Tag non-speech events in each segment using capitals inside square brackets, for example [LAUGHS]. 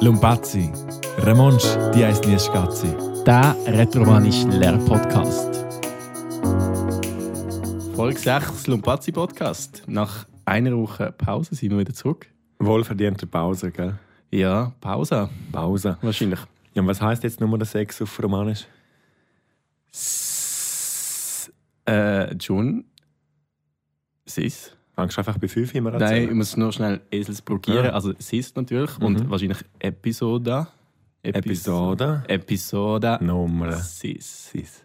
Lumpazzi, Ramonsch, die heisst nie Schatzi. Der retromanische Lehrpodcast. Folge 6 Lumpazzi Podcast. Nach einer Woche Pause sind wir wieder zurück. Wohlverdiente Pause, gell? Ja, Pause Pause. wahrscheinlich. Ja, und was heisst jetzt Nummer 6 auf Romanisch? S äh, Jun. Sis. Fangst du einfach bei 5 immer Nein, ich muss nur schnell Eselsbrokieren. Ja. Also Sis natürlich und Mhm. wahrscheinlich Episode. Epis- Episode, Episode. Nummer Sis. 6.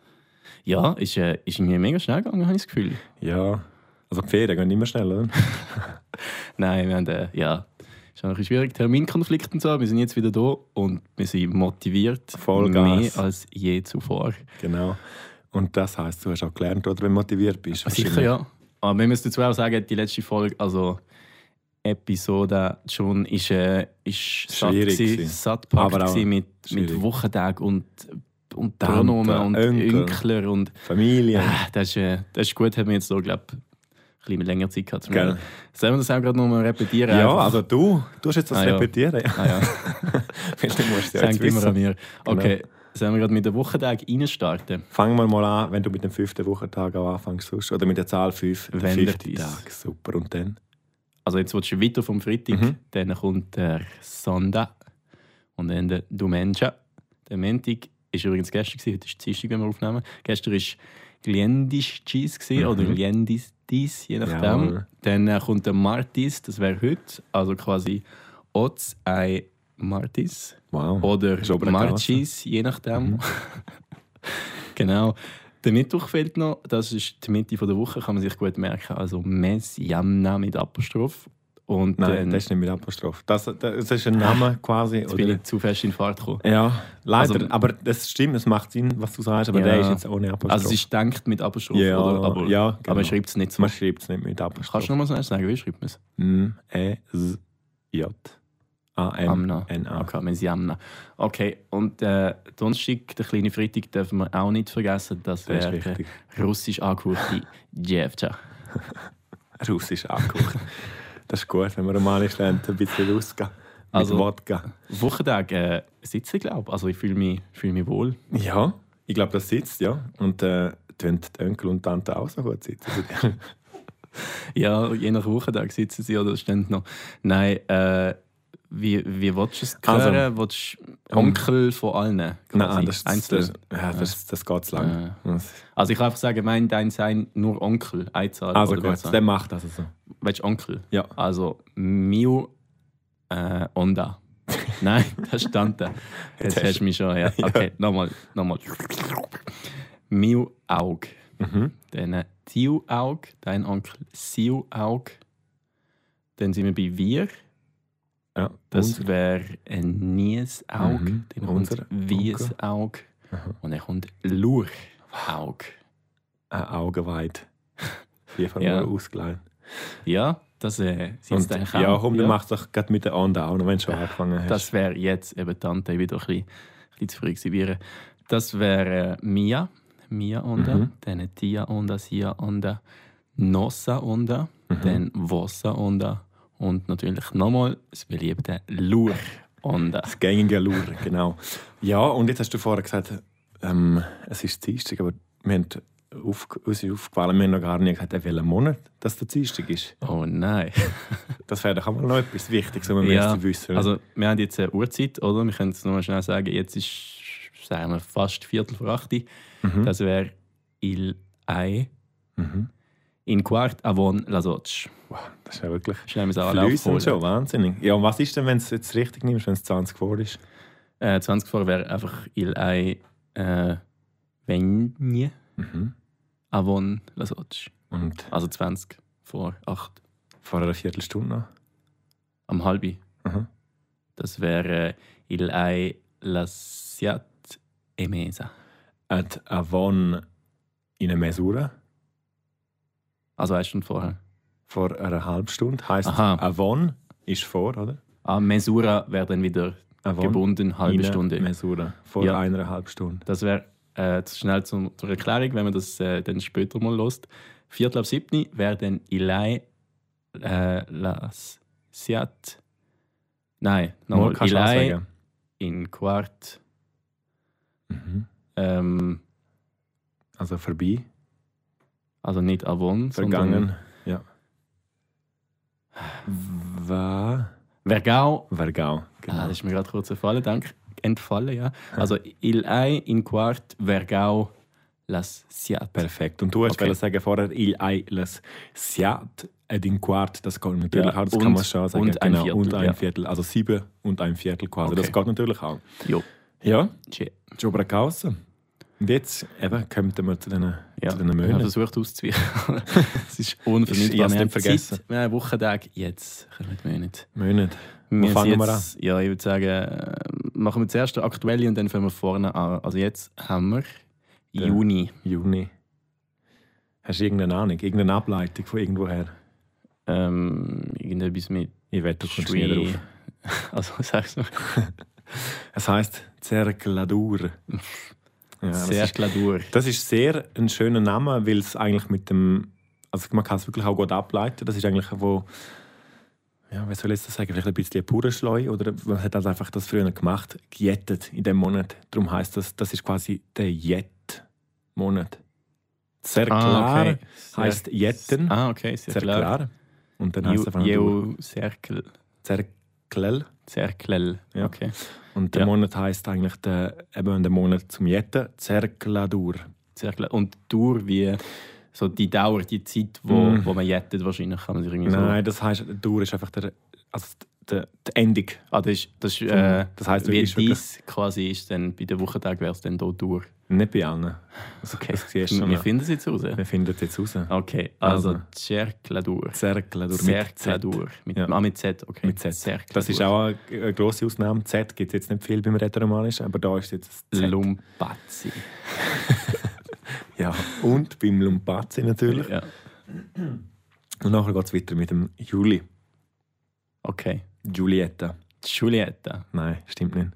Ja, ist, äh, ist mir mega schnell gegangen, habe ich das Gefühl. Ja. Also die Ferien gehen immer schneller. [LAUGHS] oder? Nein, wir haben, äh, ja, ist auch ein bisschen schwierig. Terminkonflikt und so. Wir sind jetzt wieder da und wir sind motiviert. Vollgas. Mehr als je zuvor. genau. Und das heisst, du hast auch gelernt, oder wenn du motiviert bist. Sicher, wahrscheinlich. ja. Aber wir müssen dazu auch sagen, die letzte Folge, also Episode schon, ist, äh, ist satt, Schwierig gewesen, gewesen. satt Aber gepackt auch gewesen mit, schwierig. mit Wochentag und, und Tante, Pronomen und Onkel. Önkler. Und, Familie. Ah, das, ist, äh, das ist gut, haben wir jetzt so, glaube ich, ein bisschen länger Zeit gehabt. zum Gell. Lernen. Sollen wir das auch gerade nochmal repetieren? Ja, Einfach- also du, du hast jetzt das Ah, ja. repetieren. [LAUGHS] Ah, ja. du musst ja Das jetzt hängt immer wissen. an mir. Genau. Okay, sollen wir gerade mit dem Wochentag reinstarten? Fangen wir mal an, wenn du mit dem fünften Wochentag auch anfängst. sonst. Oder mit der Zahl 5. Der Wenn fünfte der Tag. Super. Und dann? Also jetzt willst du weiter vom Freitag, Mhm. dann kommt der Sonntag und dann der Domenica. Der Montag war übrigens gestern, gewesen, heute ist Dienstag, wenn wir aufnehmen. Gestern war Gliendisch Cheese gewesen, Mhm. oder Gliendis Dies, je nachdem. Jawohl. Dann äh, kommt der Martis, das wäre heute, also quasi Oz ei Martis. Wow. Oder Ist oben eine Mhm. Marchis, je nachdem. [LAUGHS] genau. Der Mittwoch fehlt noch, das ist die Mitte von der Woche, kann man sich gut merken. Also Mes Jamna mit Apostroph. Und Nein, dann das ist nicht mit Apostroph. Das, das ist ein Name quasi. jetzt bin Oder? ich zu fest in Fahrt gekommen. Ja, leider. Also- aber das stimmt, es macht Sinn, was du sagst, aber Ja. der ist jetzt ohne Apostroph. Also es ist denkt mit Apostroph, Ja, oder? Aber, ja, aber genau. man schreibt es nicht so. Man schreibt es nicht mit Apostroph. Kannst du nochmal schnell sagen, wie schreibt man es? M, E, S, J, A, M, Amna. N, A. Okay, Mes Jamna. Okay, und äh, Donnerstag, der kleine Freitag, dürfen wir auch nicht vergessen, das Das ist wäre der richtig. russisch angehauchte Jevcha. Russisch angeguckt. [LAUGHS] das ist gut, wenn man romanisch lernt, ein bisschen rausgehen. Mit Also- Wodka. Wochentag äh, sitze, glaube ich. Also ich fühle mich, fühl mich wohl. Ja, ich glaube, das sitzt, ja. Und äh, tun die Onkel und Tante auch so gut [LAUGHS] sitzen. Also, Ja, je nach Wochentag sitzen sie oder stehen noch. Nein, äh, wie, wie willst du es Also- hören? Willst du Onkel von allen? Nein, das, das, Einzeln. das, ja, das, das geht zu lang. Das- also ich kann einfach sagen, mein, dein, sein, nur Onkel, Einzahl. Also oder gut, Mehrzahl. der macht das also. Willst du Onkel? Ja. Also Miu äh, [LAUGHS] Onda. Nein, das ist Tante. Jetzt hast- hast du mich [LAUGHS] schon, ja. Okay, nochmal, nochmal. Miu Aug. Mhm. Dann äh, Tiu Aug, dein Onkel Siu Aug. Dann sind wir bei wir. Ja, Das unser- wäre ein Nies Aug. Mhm, Dann kommt unser Wies Aug. Aha. Und dann kommt Luch Aug. ein Auge weit. Wie von Ja. ja. ausgeleihen. Ja, das äh, Und sitzt eigentlich ja, auch. komm, dann machst du doch gerade mit der anderen auch noch, wenn du schon angefangen hast. Das wäre jetzt eben Tante wieder ein bisschen, ein bisschen zu früh gewesen wäre. Das wäre äh, Mia. Mia Onda. Mhm. Dann Tia Onda, Sia Onda. Nossa Onda. Mhm. Dann Vossa Onda. Und natürlich nochmal das beliebte Lur Onda. das gängige Lure, genau. Ja, und jetzt hast du vorher gesagt, ähm, es ist Dienstag, aber wir haben auf, uns ist aufgefallen, wir haben noch gar nicht gesagt, in welchem Monat das der Dienstag ist. Oh nein. Das wäre doch auch mal noch etwas Wichtiges, wenn wir Ja, müssen wissen. Also, wir haben jetzt eine Uhrzeit, oder? Wir können es nochmal schnell sagen. Jetzt ist, sagen wir, fast Viertel vor acht. Mhm. Das wäre Il Ei. mhm. In Quart Avon Lasoc. wow, das ist ja wirklich Schnell mal fließend sagen. schon, wahnsinnig. Ja, und was ist denn, wenn du es jetzt richtig nimmst, wenn es 20 vor ist? Äh, 20 vor wäre einfach Il Ei äh, Venje Mhm. Avon Lasoc. Und Also 20 vor acht. vor einer Viertelstunde noch? Am halbi. Mhm. Das wäre äh, Il Ei e Lasiat Emesa. ad Avon in einer Mesura Also eine Stunde vorher. vor einer halben Stunde. Heißt Aha. Avon ist vor, oder? Ah, Mesura wäre dann wieder Avon gebunden, halbe in Stunde. Mesura vor Ja. einer halben Stunde. Das wäre äh, zu schnell zum, zur Erklärung, wenn man das äh, dann später mal lost. Viertel ab siebni wäre dann Ilai äh, Lasiat Nein, Mal nochmal kannst du auch Ilai sagen. in Quart. Mhm. Ähm, Also vorbei, also nicht Avon, sondern vergangen. Ja. War. Vergau Vergau. Ah, Genau. das ist mir gerade kurz entfallen, danke. Entfallen, ja. Also, il ei in quart vergau las siat. Perfekt. Und du hast Okay. okay. sagen vorher, il ei les siat ed in quart, das geht natürlich Ja, auch, das und- kann man schon sagen. und ein genau, Viertel, und ein ja. Viertel, also sieben und ein Viertel quasi. Okay. Das geht natürlich auch. Jo. Ja, Che. Jobra Kausen. Und jetzt eben kommen wir zu den, Ja, zu den ich habe Möhnen. [LAUGHS] versucht auszuweichen. es ist Ist- ich unvermeidbar. hab's Wir nicht haben vergessen. Zeit. Wir haben Wochentag. Jetzt kommen wir nicht. Möhnen. Wir sind fangen wir jetzt, an? Ja, ich würde sagen, äh, machen wir zuerst den aktuellen und dann fangen wir vorne an. Also, jetzt haben wir Der- Juni. Juni. Hast du irgendeine Ahnung, irgendeine Ableitung von irgendwoher? Ähm, irgendetwas mit Ich wette, du kommst nie Schwie. drauf. [LAUGHS] Also, sag's mal. Es heisst [LAUGHS] Zerkladur. Ja, das Sehr ist- klar durch. Das ist sehr ein schöner Name, weil es eigentlich mit dem. Also man kann es wirklich auch gut ableiten. Das ist eigentlich wo. Ja, wie soll ich das sagen? Vielleicht ein bisschen pure Schleu oder man hat das einfach das früher gemacht, gejettet in dem Monat. Darum heißt das, das ist quasi der Jet-Monat. Sehr klar heisst Jetten. Ah, okay, Ah, sehr, sehr klar. klar. Und dann heißt es einfach nur Jeu Cercle. Zerklel. Cercle. Ja. Okay. Und der Ja. Monat heißt eigentlich der, eben der Monat zum Jetten, Zerkladur. Cercle. Und Tour wie so die Dauer, die Zeit, wo, Mm. wo man jettet, wahrscheinlich kann man sich irgendwie Nein, das heißt, Dur ist einfach der, also der, die Endung. so. Ah, das ist, das ist äh, Genau. das heisst, wie wirklich- dies quasi ist, dann bei den Wochentag wäre es dann hier Tour. Nicht bei allen. Also, Okay. das siehst du schon Wir mal. finden es jetzt raus. Wir finden es jetzt raus. Okay, also Also. Cercle Tour. Zerkel durch mit Cercle Z. Tour. Mit, Ja. Ah, mit Z, okay. Mit Z. Cercle Das ist Tour. auch eine, eine grosse Ausnahme. Z gibt es jetzt nicht viel beim Rätoromanisch, aber da ist jetzt das Z. Lumpazzi. ja. Und beim Lumpazzi natürlich. Ja. Und nachher geht es weiter mit dem Juli. Okay. Giulietta. Giulietta. Nein, stimmt nicht.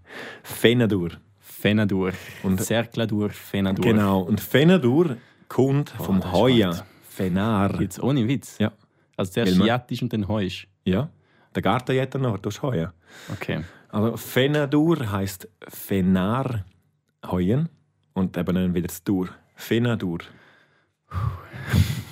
Fenadur. Fenadur. Und- Cercladur, Fenadur. Genau. Und Fenadur kommt Oh, vom das ist Heuer. weit. Fenar. Jetzt ohne Witz. Ja. Also zuerst Weil man- Jattisch und dann Heusch. Ja. Der Gartenjetter nachher, du hast Heuer. Okay. Also Fenadur heißt Fenar heuen und eben dann wieder das Dur. Fenadur.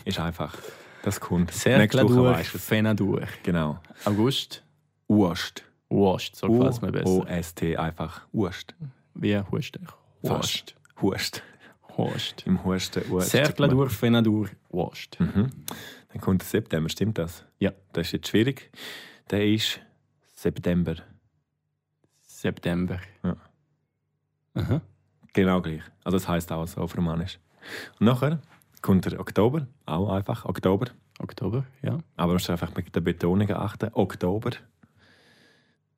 Ist einfach. Das kommt. Nächste Woche Cercladur, weisst du es. Fenadur. Genau. August, Urst. Wurst, so Oh, gefällt mir besser. U-O-S-T einfach. Urst. Wie Hust. Wurst. Fast. Hurst. Wurst. Im Husten Urst. Cercladur, Fenadur, Wurst. Mhm. Dann kommt der September, stimmt das? Ja. Das ist jetzt schwierig. Der ist September. September. Ja. Aha. Genau gleich. Also das heisst auch so auf Romanisch. Und nachher kommt der Oktober. Auch einfach. Oktober. Oktober, ja. Aber musst du einfach mit der Betonung achten. Oktober.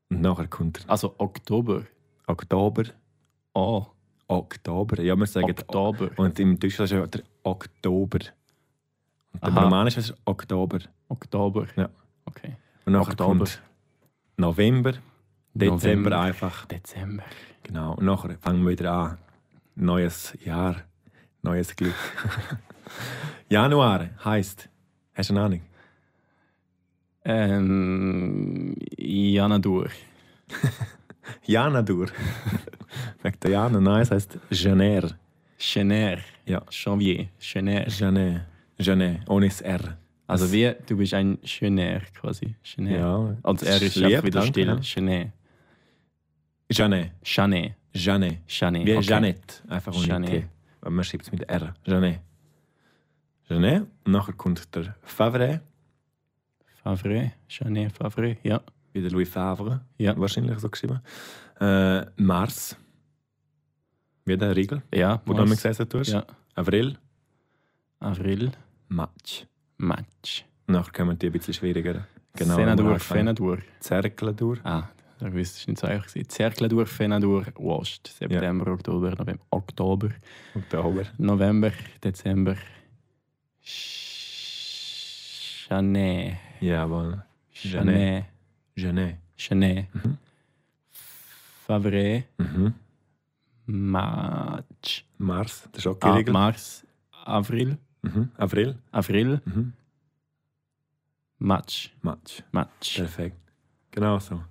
Und nachher kommt der Also Oktober. Oktober. Oh, Oktober. Ja, wir sagen Oktober. Und im Deutschen ist ja der Oktober. Und im Aha. Romanischen ist es Oktober. Oktober. Ja. Okay. Und nachher Oktober. kommt November, Dezember November. einfach. Dezember. Genau. Und nachher fangen wir wieder an. Neues Jahr, neues Glück. [LAUGHS] Januar heißt. Hast du eine Ahnung? Ähm, Janadur. Janadur. [LAUGHS] Wegen der Jana. Nein, es heißt Janer. Chener. Ja. Janvier. Chener. Janet. Janet, ohne das R. Also wie, du bist ein Schöner quasi. Schöner. Ja. Und er ist Lieb, einfach wieder danke, ja. still. Schöner. Janet. Chanet. Janet. Chanet. Wie Janet. Einfach ohne Janet. T. Aber man schreibt es mit R. Janet. Janet. Und nachher kommt der Favre. Favre. Chanet, Favre. Ja. Wie der Louis Favre. Ja. Wahrscheinlich so geschrieben. Äh, Mars. Wie der Riegel, Ja. wo du Mars. immer gesessen tust. Ja. April. Avril. Match. Match. Nachher kommen die ein bisschen schwieriger. Senadur, Zerkel Fenadur. Zerkladur. Ah, da wüsste ich nicht so einfach. gewesen. Zerkladur, Fenadur, Wurst. September, Oktober, November. Oktober. Oktober. November, Dezember. Sch- Chanet. Jawohl. Janet. Chanet. Janet. Chanet. Mhm. Favre. Mhm. Match. Mars, das ist auch Ah, geregelt. Mars, Avril, mhm. April. Avril, Mhm. Match, Match. Match. Perfekt. Genau so.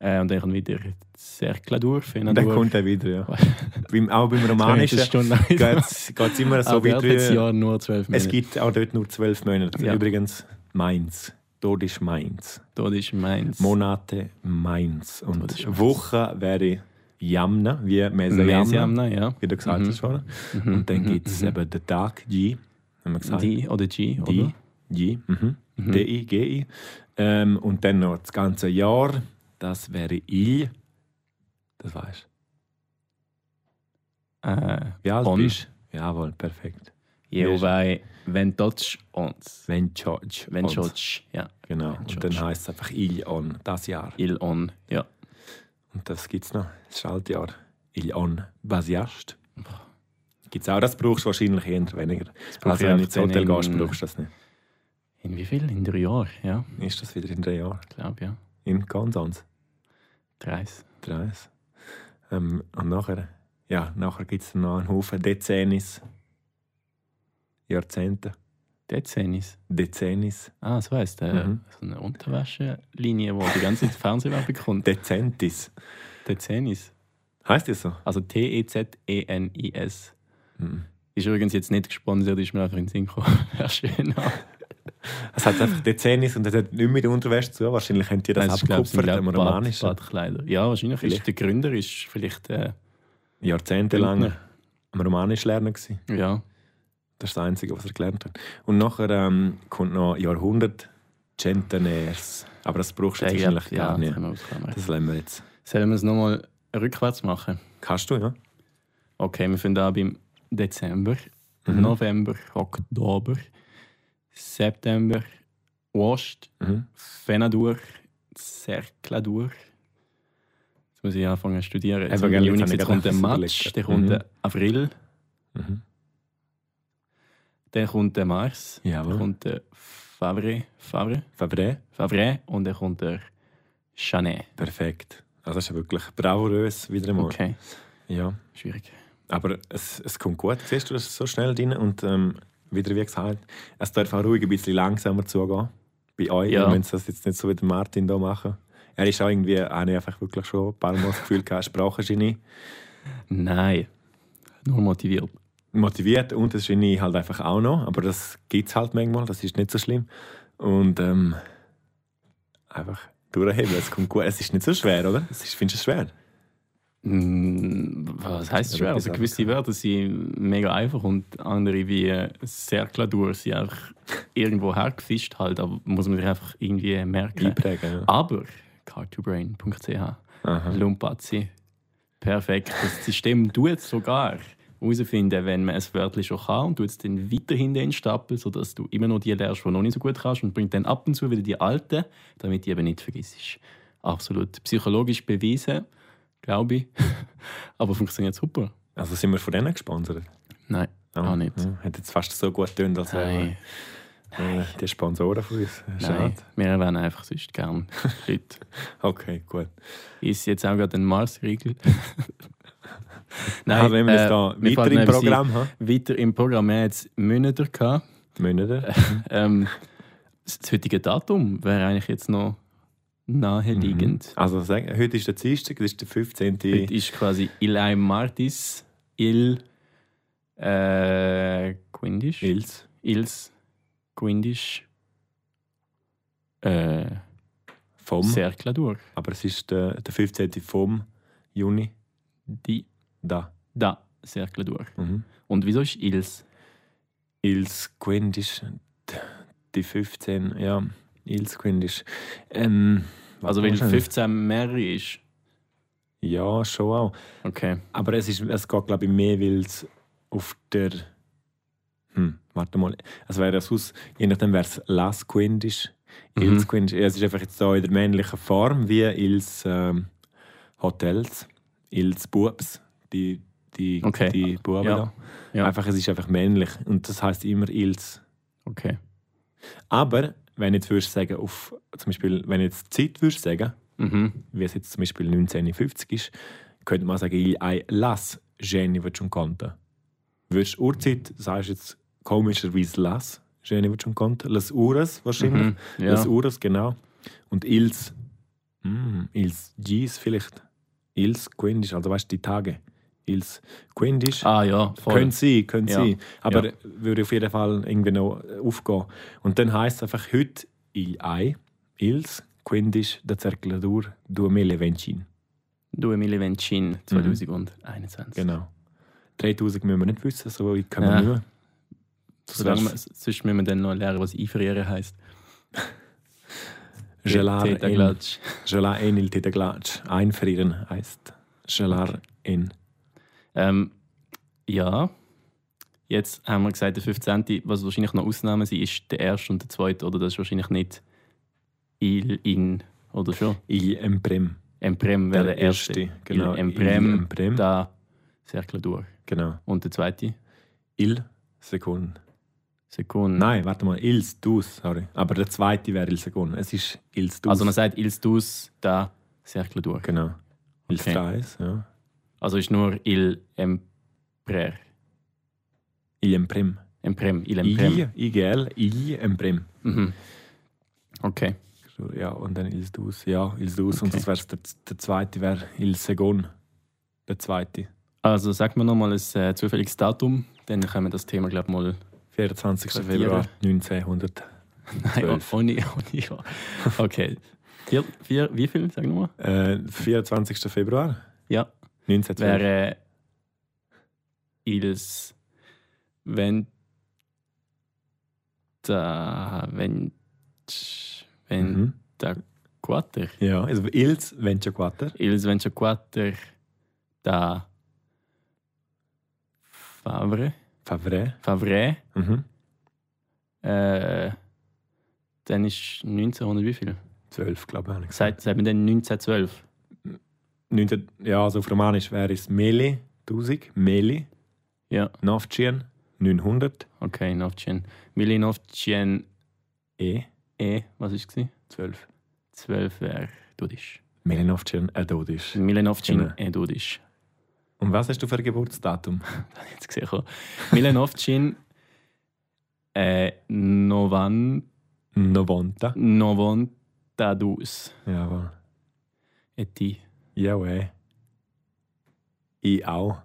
Äh, und dann kommt wieder Cercladur, Dann Fenadur. kommt er wieder, ja. [LAUGHS] beim, auch beim Romanischen geht Stunde. es immer so [LAUGHS] Aber er weit hat jetzt wie... Jahr nur 12 Es Minuten. gibt auch dort nur zwölf Monate. Ja. Übrigens Mainz. Dort ist Mainz. Dort ist meins. Monate Mainz. Und Dort ist Mainz. Woche wäre Jamna, wie Mesejamna, Mesiamna, ne, ja. Mhm. wie du gesagt hast vorhin. Und dann gibt es eben den Tag G, haben wir gesagt. Die oder Die, G, oder? G, mhm. DI, GI. Ähm, und dann noch das ganze Jahr, das wäre I. Das weißt du. Äh, Wie alt On. bist du? Jawohl, perfekt. ja, weil, wenn Deutsch uns. Wenn George. Wenn Und- Deutsch, ja. Genau. wenn Und dann George. heisst es einfach Il on, das Jahr. Il on, ja. Und das gibt es noch, das Schaltjahr. Il on Basiast. Gibt es auch, das brauchst du wahrscheinlich eher weniger. brauche Also ich wenn du auch, ins wenn Hotel ich- gehst, brauchst du das nicht. In wie viel? In drei Jahren, ja. Ist das wieder in drei Jahren? Ich glaube, ja. In ganz ans. 30. Dreis. Ähm, und nachher, ja, nachher gibt es noch einen Haufen Dezennis. Jahrzehnte. Dezennis. Dezennis. Ah, so heisst äh, Mhm. so eine Unterwäschelinie, die die ganze Zeit Fernsehwerbung [LAUGHS] kommt. Dezentis. Dezennis. Heißt das so? Also T-E-Z-E-N-I-S. Mhm. Ist übrigens jetzt nicht gesponsert, ist mir einfach in den Sinn gekommen. [LAUGHS] Wäre schön. Es hat einfach Dezennis und es hat nicht mehr die Unterwäsche zu. Wahrscheinlich haben die das, ist, glaub ich, abgekupfert, glaub, im Bad- Romanischen. Badkleider. Ja, wahrscheinlich. Ist, Vielleicht. der Gründer ist vielleicht äh, Jahrzehntelang Bündner. am Romanisch lernen gewesen. Ja. Das ist das Einzige, was er gelernt hat. Und nachher ähm, kommt noch Jahrhundert Centenairs. Aber das brauchst du jetzt wahrscheinlich ja, gar nicht. Das können wir ausklammern. Das lernen wir jetzt. Sollen wir es nochmal rückwärts machen? Kannst du, ja? Okay, wir finden an beim Dezember, Mhm. November, Oktober, September, Ost, Mhm. Fenadur, Cercladur. Jetzt muss ich anfangen zu studieren. Eben, im gell, jetzt Juni habe ich jetzt gerade kommt der etwas [LAUGHS] Matsch, überlegt. dann kommt Mhm. der April, Mhm. dann kommt der Mars, dann Jawohl. kommt der Favre, Favre, Fabre? Favre und dann kommt der Chanet. Perfekt. Also das ist ja wirklich bravourös wieder einmal. Okay, Ja. schwierig. Aber es, es kommt gut. Siehst du, das ist so schnell drin. Und ähm, wieder wie gesagt, es darf auch ruhig ein bisschen langsamer zugehen. Bei euch, Ja. ja. wenn sie das jetzt nicht so wie der Martin hier machen. Er ist auch irgendwie, habe ich einfach wirklich schon ein paar Mal das Gefühl gehabt, Sprachgenie. Nein, nur motiviert. motiviert und das Genie halt einfach auch noch. Aber das gibt es halt manchmal, das ist nicht so schlimm. Und ähm, einfach durchheben, es kommt gut. Es ist nicht so schwer, oder? Es ist, findest du es schwer? Mm, Was heißt Ja, schwer? wirklich Also gewisse Wörter sind mega einfach und andere wie äh, Cercladur sind einfach irgendwo hergefischt halt, aber muss man sich einfach irgendwie merken. Einprägen. Ja. Aber cartobrain.ch, Aha. Lumpazzi, perfekt. Das System tut sogar herausfinden, wenn man ein Wörtchen schon kann und tut es dann weiterhin den Stapel, sodass du immer noch die lernst, die noch nicht so gut kannst und bringt dann ab und zu wieder die alten, damit die eben nicht vergisst. Absolut psychologisch bewiesen, glaube ich. [LAUGHS] Aber funktioniert super. Also sind wir von denen gesponsert? Nein, Ah, auch nicht. ja. Hat jetzt fast so gut getönt, als wären Nein, äh, die Sponsoren von uns. Schade. nein. Wir erwähnen einfach sonst gerne [LAUGHS] Leute. Okay, gut. Ist jetzt auch gerade [LAUGHS] ein Mars-Riegel. also wenn wir es äh, da mir weiter fällt noch im etwas Programm haben, ein. Weiter im Programm. Wir haben jetzt Münster gehabt. müssen wir. Ähm, das das heutige Datum wäre eigentlich jetzt noch naheliegend. Also sagen, heute ist der Dienstag, das ist der 15. Heute ist quasi Ilai Martis, Il äh, Quindisch. Ils. Ils Quindisch. Äh, Vom. Cercladur. Aber es ist der, der 15. vom Juni. Die, Da. da, Cercladur. Mhm. Und wieso ist Ils? Ils Quindisch, die 15, ja, Ils Quindisch. Ähm, Also, weil wahrscheinlich- 15 mehr ist. Ja, schon auch. Okay. Aber es, ist, es geht, glaube ich, mehr, weil es auf der. Hm, warte mal. Es wäre ja sonst, je nachdem wäre es Las Quindisch, Mhm. Ils Quindisch. Es ist einfach jetzt da in der männlichen Form, wie Ils ähm, Hotels, Ils Bubs, die, die, Okay. die Buben Ja. da. Ja. Einfach, es ist einfach männlich. Und das heißt immer Ils. Okay. Aber wenn jetzt würdest du sagen, auf, zum Beispiel, wenn jetzt die Zeit würdest sagen, Mhm. wie es jetzt zum Beispiel 1950 ist, könnte man sagen, ich ein las Geneva schon konnte. Würdest du Uhrzeit, sagst du jetzt komischerweise las Geneva schon konnte, las Ures wahrscheinlich, Mhm. Ja. las Ures genau und ils Mm, ils Gis vielleicht. Ils Quendisch, also weißt du, die Tage. Ils Quendisch. Ah ja, voll. Können sie, können Ja. sie. Aber Ja. würde auf jeden Fall irgendwie noch äh, aufgehen. Und dann heisst es einfach heute il ei, ils, quindis da cercladur 2020. Du Emile Vencin, 2021. Genau. 3000 müssen wir nicht wissen, so wie können Ja. wir nicht. Das Solange wir, wär's. sonst müssen wir dann noch lernen, was einfrieren heisst. Gelar Täter en, Glatsch. gelar en il tete glatsch. Einfrieren heisst gelar en. Ähm, ja. Jetzt haben wir gesagt, der 15. Was wahrscheinlich noch Ausnahmen sind, ist der erste und der zweite. Oder das ist wahrscheinlich nicht Il, In oder schon. Il emprem. Emprem wäre der, erste. Genau. Il Emprem, Il emprem. da Cercle durch. Genau. Und der zweite? Il second. Sekunde. Nein, warte mal. Ils dus, sorry. Aber der zweite wäre il second. Es ist ils dus. Also man sagt Ils Dus, da Cercle durch. Genau. Ils Okay. Kreis, ja. Also ist nur Il Emper. Il Emprem. Emprem, Il Emprem. I, IGL, I Emprem. Mhm. Okay. So, Ja, und dann Ils Dus. Ja, Ils Dus. Und Okay. das wär's der, der zweite wäre Il Segon. Der zweite. Also sag mir nochmal ein äh, zufälliges Datum, dann können wir das Thema, glaube ich, [LAUGHS] mal 24. Vier. Februar 1900. Nein, Zwölf. ohne, ohne ja. [LAUGHS] Okay. Vier, vier, wie viel, sag nochmal? Äh, 24. Februar Ja, 1912. wäre Ils Venta Vent Venta Mhm. Quater. Ja, also Ils Venture Ils Venta Quater da Favre Favre. Favre Mhm. äh, dann ist 1900 wie viel? 12, glaube ich. habe ich gesagt. Seit, seit wir dann 1912. 19, ja, also auf Romanisch wäre es Meli, 1000, Meli, Ja, Novcien, 900, okay, Novcien. Milinovcien E, E, was ist es? 12. 12 wäre Dudisch. Melinovcien, ein Dodisch. Milinovcien Genau. E [LAUGHS] Dudisch. Und was hast du für ein Geburtsdatum? Jetzt gesehen. auch. Milinovcien äh, Novan Novanta. Novantadus. Jawohl. Eti. Jawohl. Ich auch.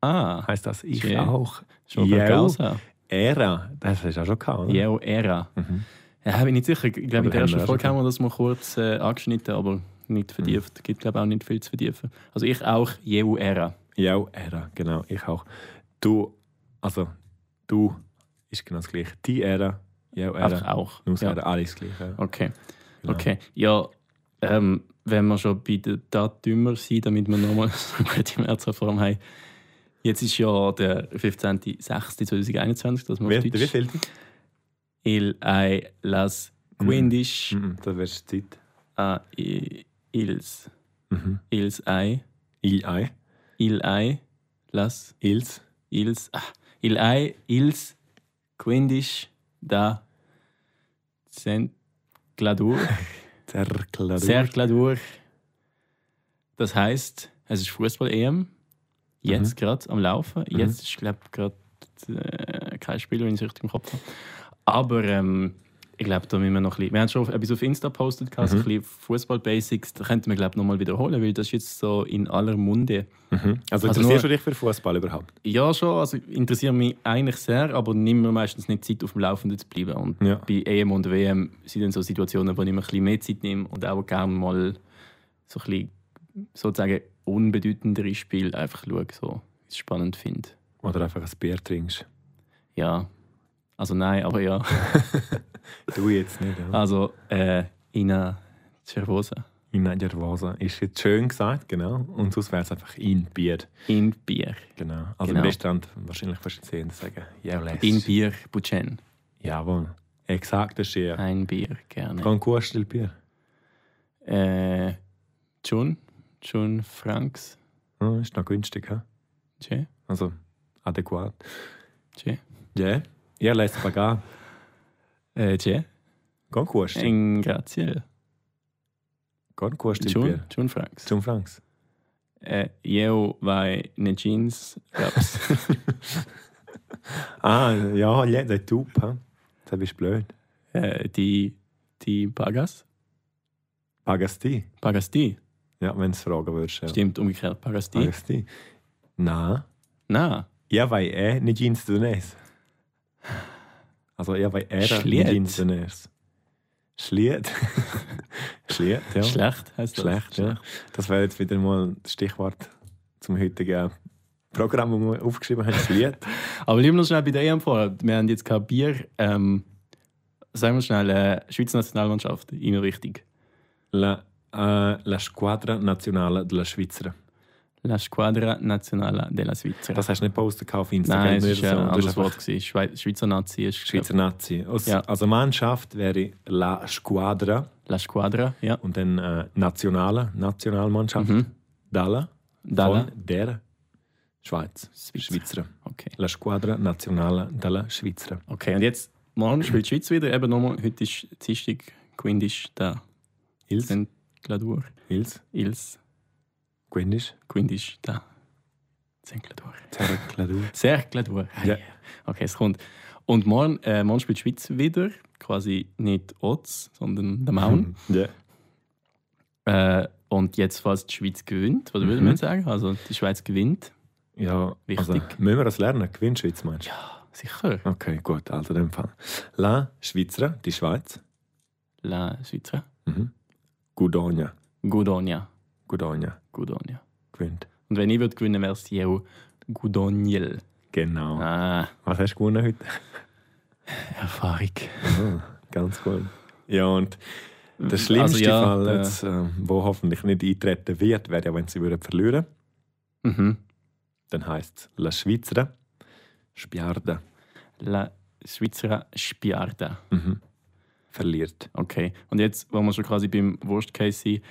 Ah, Heißt das ich Schön. auch? schon Jau. Gausa. Era. Das hast du auch schon gehabt, oder? Yeo Era. Mhm. Ja, bin nicht sicher. Ich glaube, Aber in der haben ersten wir Folge schon. Hm. haben wir das mal kurz äh, angeschnitten, aber nicht vertieft. Gibt, glaube ich, auch nicht viel zu vertiefen. Also ich auch Yeo Era. Jau, Era. Genau, ich auch. Du, also, du ist genau das gleiche. Die Era, Jau, Einfach Era, auch. Nus Ja. Era, alles gleich. ja. Okay. Genau. Okay. Ja, ähm, wenn wir schon bei den Datümer sind, damit wir nochmal [LAUGHS] so eine gute Märzreform haben. Jetzt ist ja der 15.06.2021, dass wir Wie, auf wie Deutsch viel? Il ai las quindisch Mhm, Das wäre die Zeit. a i- ils. Mhm. Ils ai. E Il ei, Il ai las ils, ils. Ah, il ai ils quindisch da cent gladur. cercladur. Sehr klar durch. Das heißt, es ist Fußball-EM, jetzt gerade am Laufen. Jetzt ist, glaube ich, gerade äh, kein Spiel, wenn ich es richtig im Kopf habe. Aber ähm, ich glaube, da müssen wir noch ein bisschen. Wir haben schon etwas auf Insta gepostet, mhm. so ein bisschen Fußball-Basics. Da könnten wir, glaube ich, nochmal wiederholen, weil das ist jetzt so in aller Munde. Mhm. Also, Also interessierst du nur- dich für Fußball überhaupt? Ja, schon. Also interessiert mich eigentlich sehr, aber nimmt mir meistens nicht Zeit, auf dem Laufenden zu bleiben. Und Ja. bei EM und WM sind dann so Situationen, wo ich mir ein bisschen mehr Zeit nehme und auch gerne mal so ein bisschen sozusagen unbedeutendere Spiele einfach schaue, so wie ich es spannend finde. Oder einfach ein Bier trinkst? Ja. Also nein, aber ja. Du jetzt nicht, ja. [LAUGHS] Also äh, Ina Cervosa. In einer Vase. Ist jetzt schön gesagt, genau. Und sonst wäre es einfach in Bier. In Bier. Genau. Also Genau. im Restaurant wahrscheinlich wirst du jetzt sehen, sagen, ja, lässt. In Bier, Buchen. Jawohl. Exakt, das ist ja. Ein Bier, gerne. Konkurs still Bier. Äh, John? John Franks? Hm, ist noch günstig, hä? Che? Also adäquat. Che? Ja, yeah. ja, lässt pagar. Äh, che? Konkurs still. In Grazie. Konkurs still John, Bier. John Franks. Zum Franks. Äh, eu vai ne jeans. [LAUGHS] Raps. Ah, ja, ja, der Typ, hä? Das bist du blöd. äh, die, die Bagas. Pagasti. Pagasti. Ja, wenn du es fragen würdest. Ja. Stimmt, umgekehrt. Pagasti. Pagasti. Nein. Na, Ja, weil er nicht ins Dönes. Also ja, weil er Schliet. nicht ins Dönes. Schliert. [LAUGHS] Schliert, ja. schlecht heißt das. Schlecht, ja. Das wäre jetzt wieder mal das Stichwort zum heutigen Programm, das wir aufgeschrieben haben. Schliert. [LAUGHS] Aber lieber noch schnell bei der EM vor. Wir haben jetzt kein Bier. Ähm, sagen wir schnell, äh, Schweizer Nationalmannschaft, immer richtig. La, äh, la Squadra Nazionale della Svizzera. La Squadra Nazionale della Svizzera. Das hast du nicht postet auf Instagram. Nein, es oder ist ja ein Du hast anderes einfach Wort. gewesen. Schwei- Schweizer Nazi ist Schweizer Nazi. Aus, Ja. Also Mannschaft wäre La Squadra La Squadra, ja. und dann äh, Nationale, Nationalmannschaft. Mhm. Dalla. Dalla. Von der Schweiz. Schweizer. Schweizer. Okay. La Squadra Nazionale della Schweizer. okay, und jetzt, morgen spielt die Schweiz wieder. Eben nochmal, heute ist Dienstag, Quindisch, da. Ils, Sind Gladur, Ils, Ils, Quendisch, Quindisch, da. Sind Gladur. Terra Cladur. Sehr Gladur. Ja. Ah, Okay, es kommt. Und morgen, äh, morgen spielt die Schweiz wieder. Quasi nicht Oz, sondern der Maun. Ja. äh, und jetzt, falls die Schweiz gewinnt, was würde Hm. Mhm. man sagen? Also, die Schweiz gewinnt. Ja, Wichtig. Also, müssen wir das lernen? Gewinnt Schweiz, meinst du? Sicher. Okay, gut, also in dem Fall. La Schweizer, die Schweiz. La Schweizer. Mhm. Gudonia. Gudonia. Gudonia Gudonia. gewinnt. Und wenn ich würde gewinnen, wäre es Jeo Gudoniel. Genau. Ah, Was hast du gewonnen heute? Erfahrung. Ah, ganz gut. Ja, und der schlimmste Also ja, Fall, der- jetzt, äh, wo hoffentlich nicht eintreten wird, wäre ja, wenn sie würden verlieren Mhm. Dann heißt es La Schweizer Spiarda. La Schweizer Spiarda. Mhm. [LAUGHS] Verliert. Okay. Und jetzt, wo wir schon quasi beim Wurstcase sind,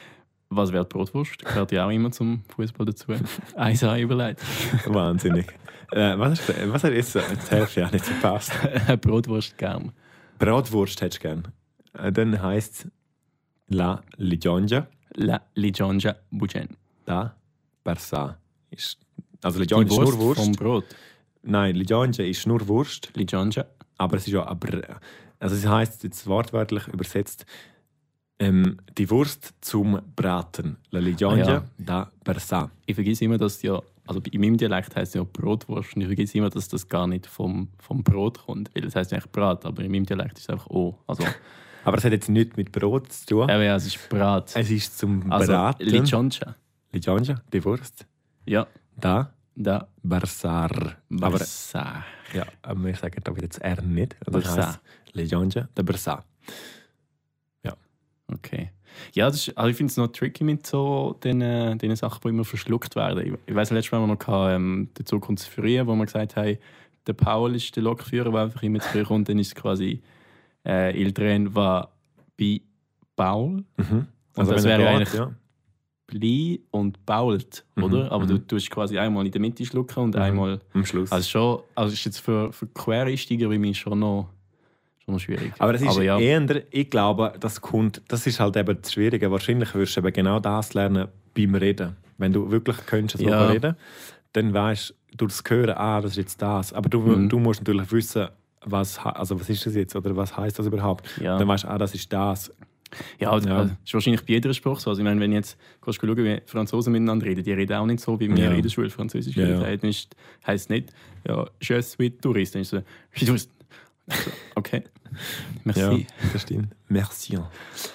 was wäre die Brotwurst? Gehört ja auch immer zum [LAUGHS] Fußball dazu. Eins habe ich überlegt. [LAUGHS] Wahnsinnig. äh, was hast du gesagt? Was hat jetzt? Jetzt helfe ich auch nicht verpasst. Eine Brotwurst gern. Bratwurst hättest du gern. Äh, dann heisst es La Ligionja La Ligionja Bugen. da Barsa. Ist, also Die Ligionja ist Wurst nur vom Wurst. Brot. Nein, Ligionja ist nur Wurst, Ligionja. aber es ist ja aber. Also es heisst jetzt wortwörtlich übersetzt ähm, die Wurst zum Braten. La Ligionja Ah, ja. da Barsa. Ich vergesse immer, dass ja, also in meinem Dialekt heißt es ja Brotwurst. Und ich vergesse immer, dass das gar nicht vom, vom Brot kommt. Weil das heißt eigentlich Brat, aber in meinem Dialekt ist es einfach O. Also, [LAUGHS] Aber es hat jetzt nichts mit Brot zu tun. eben, ja, es ist Brat. Es ist zum Ähm, Also, Braten. Ligionja. Ligionja, die Wurst. Ja, Da da. Barsar. Aber, Barsa. ja, aber wir sagen da wieder das R nicht. Das Barsar. heisst Ligionja, der Barsar. Okay. Ja, das ist, also ich finde es noch tricky mit so den, äh, den Sachen, die immer verschluckt werden. Ich, ich weiß, letztes Mal haben wir noch gehabt, ähm, die Zukunft früher, wo wir gesagt haben, der Paul ist der Lokführer, der einfach immer zu früh kommt, dann ist es quasi äh, Il Tren war bei Paul, Mhm. das wenn er wäre ja geht, eigentlich- Ja. Bli und Bault, Mhm, oder? Aber du mhm. tust quasi einmal in der Mitte schlucken und Mhm. einmal. Am Schluss. Also schon, also ist jetzt für, für Quereinsteiger wie mich schon noch, schon noch schwierig. aber das ist ja, eher, ich glaube, das kommt, das ist halt eben das Schwierige. Wahrscheinlich wirst du eben genau das lernen beim Reden. Wenn du wirklich könntest, so Ja. reden, dann weißt du durchs Hören, ah, das ist jetzt das. Aber du, Mhm. du musst natürlich wissen, was, he- also was ist das jetzt oder was heißt das überhaupt? ja. Dann weißt du, ah, das ist das. Ja, also, Ja. das ist wahrscheinlich bei jeder Sprache so. Also, ich meine, wenn jetzt kannst du schauen, wie Franzosen miteinander reden, die reden auch nicht so, wie wir Ja. in der Schule Französisch Ja, geredet ja. haben. Dann heisst es nicht, ja, je suis tourist. Dann ist es so, je tourist. Also, okay, [LAUGHS] merci, Ja, das stimmt. Merci.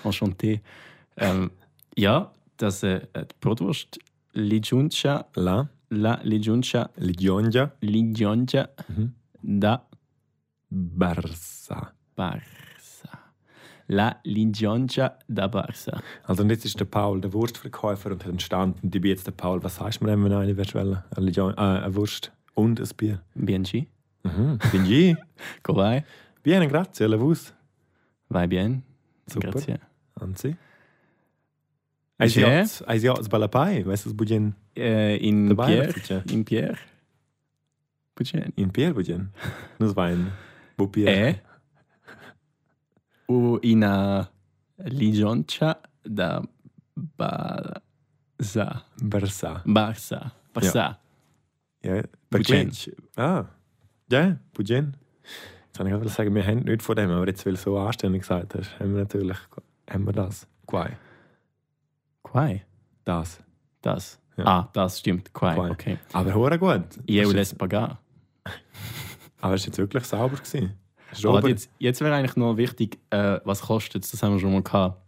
enchanté. Ähm, ja, das äh, die Brotwurst, Ligioncha, La la Ligioncha, Ligionja Ligioncha, Mhm. da Barça. Barça. La Ligioncha da Barça. Also und jetzt ist der Paul der Wurstverkäufer und hat entstanden. Die bin jetzt der Paul. Was heißt man denn, wenn eine willst wollen? Eine, Ligion, äh, eine Wurst und ein Bier. Bienchi, [LAUGHS] Mhm. Bin je. Kovai, Bien, grazie, la vus. vai bien. Super. Grazie. Anzi. Grazie. Eis ja, es Balapai. Weißt du, es Budjen? äh, in Dabei Pierre. natürlich, ja. In Pierre. Budget. In Pier Budjen. Nus wein. Wo Pier? Äh. U in a Ligioncia da Barça. Barça. Barça. Barça. Ja, Budjen. Budjen. Eh, Ah. Ja, Budjen. Jetzt kann ich gerade sagen, wir haben nichts von dem, aber jetzt, weil du so anständig gesagt hast, haben wir natürlich haben wir das. Quai. Quai. Das. Das. Ja. Ah, das stimmt. Quai. Quai. Okay. Aber hure gut. Jeu Ist les jetzt- Pagar. Aber es war jetzt wirklich sauber. Gewesen. Ist Aber sauber. jetzt, jetzt wäre eigentlich noch wichtig, äh, was kostet es? Das haben wir schon mal gehabt.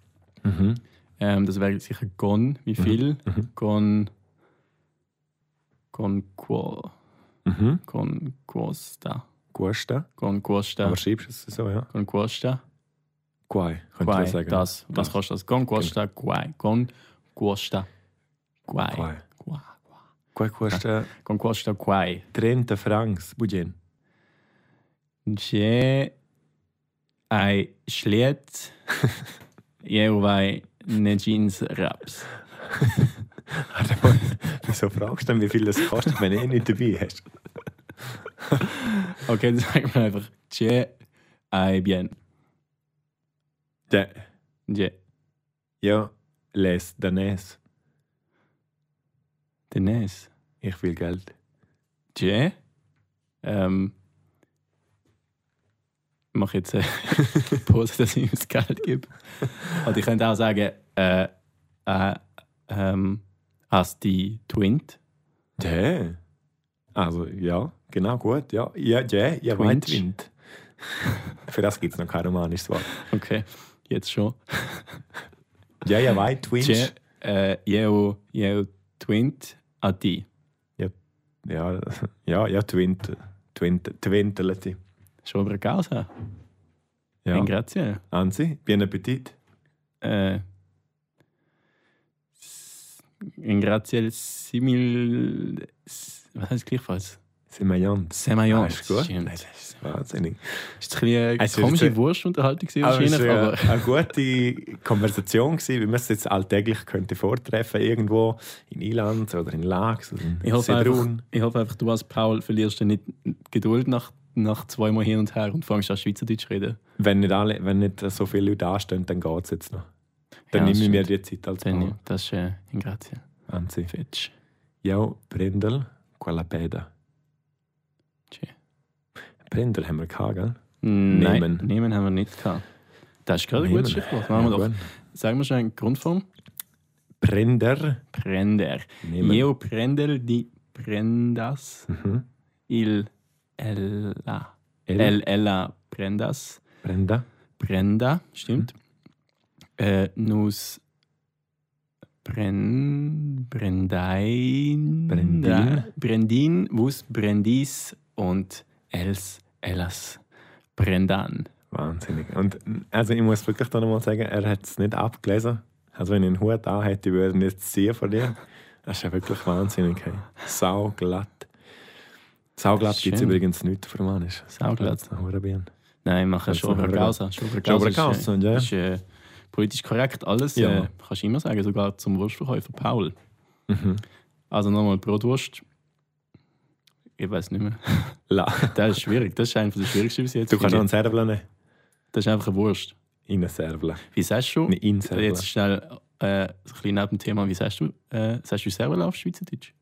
Mhm. Ähm, das wäre sicher Gon, wie viel? Mhm. Gon. Gon Quo. Mhm. Gon Quosta. Gusta. Gon Quosta. Aber schreibst du es so, ja? Gon Quosta. Quai, könnte Quai. man sagen. Das. Was Das. kostet das? Gon Quosta. Quai. Gon Quosta. Quai. Quai. Quai. Quai kostet Gon Quosta. Quai. 30 Francs. Budget. Gdzie ein [LAUGHS] Schlitt jeweils ne Jeans Raps. Warte mal, [LAUGHS] Wieso fragst du denn, wie viel das kostet, wenn du eh nicht dabei hast? Okay, [LAUGHS] dann sagen wir einfach Gdzie ein Bien. Ja, Gdzie ja les danes. Denes. Ich will Geld. Gdzie? Ähm, ich mache [LAUGHS] jetzt eine Pause, dass ich ihm das Geld gebe. Und ich könnte auch sagen, äh, äh, ähm, hast die Twint? Ja. Also, ja, genau, gut. Ja, ja, ja, ja, Twinch. weit Wind. [LAUGHS] Für das gibt es noch kein romanisches Wort. Okay, jetzt schon. Ja, ja, weit Gdzie, Wind. äh, jeu, jeu Twint a ti. Ja, ja, ja, Twint. Twint, Twintelati. Schon per causa. Ja. Ja. grazie. Anzi, bien appetit. Äh, s- in grazie simil... s- Was heißt gleichfalls? Semayant. Semayon. Ah, ist gut. Stimmt. Nein, Wahnsinnig. Ist ein bisschen äh, Also, eine komische jetzt- Wurstunterhaltung gewesen, Aber es wahrscheinlich, war aber eine, eine gute Konversation, gewesen, wie man es jetzt alltäglich könnte vortreffen irgendwo in Ilanz oder in Lax oder in ich hoffe, einfach, Sedrun. ich hoffe einfach, du als Paul verlierst dann nicht Geduld nach, nach zweimal hin und her und fängst an Schweizerdeutsch zu reden. Wenn nicht, alle, wenn nicht so viele Leute anstehen, dann geht es jetzt noch. Dann Ja, nehme ich mir stimmt. die Zeit als Dann, Mann. Das ist äh, in grazie. Anzi. Fetsch. Ja, Brendel, quella peda. Tschö. Brendel haben wir gehabt, gell? Nein, Nehmen. nehmen haben wir nicht gehabt. Das ist gerade ein gutes Nehmen. Stichwort. Machen wir Ja, doch. gut. Sagen wir schon eine Grundform. Prender, Prender. nehmen. Io prendel di prendas Mhm. il ella. El, El ella prendas. Brenda, Brenda, stimmt. Äh, nus Bren, Brendain, Brendin. Brendin, Wus, Brendis und Els, Ellas, Brendan. wahnsinnig. Und also ich muss wirklich da nochmal sagen, er hat es nicht abgelesen. Also wenn ich einen Hut an hätte, würde ich ihn jetzt ziehen von dir. Das ist ja wirklich wahnsinnig. Hey. Sauglatt. Das Sauglatt ist gibt es schön. übrigens nicht für Romanisch. Sauglatt. Das ist ein Hurenbirn. Nein, machen Kannst schon du über noch Causa. Schobra Causa Causa, ja. ist, äh, politisch korrekt alles. Ja. Äh, kannst du immer sagen, sogar zum Wurstverkäufer Paul. Mhm. Also nochmal Brotwurst. Ich weiß nicht mehr. La. [LAUGHS] Das ist schwierig. Das ist einfach das Schwierigste bis jetzt. Du kannst auch finde einen Serbler nehmen. ich. das ist einfach eine Wurst. In einen Serbler. Wie sagst du? Eine Inserbler. Oh. Jetzt schnell äh, ein bisschen neben dem Thema. Wie sagst du? Äh, sagst du selber auf Schweizerdeutsch?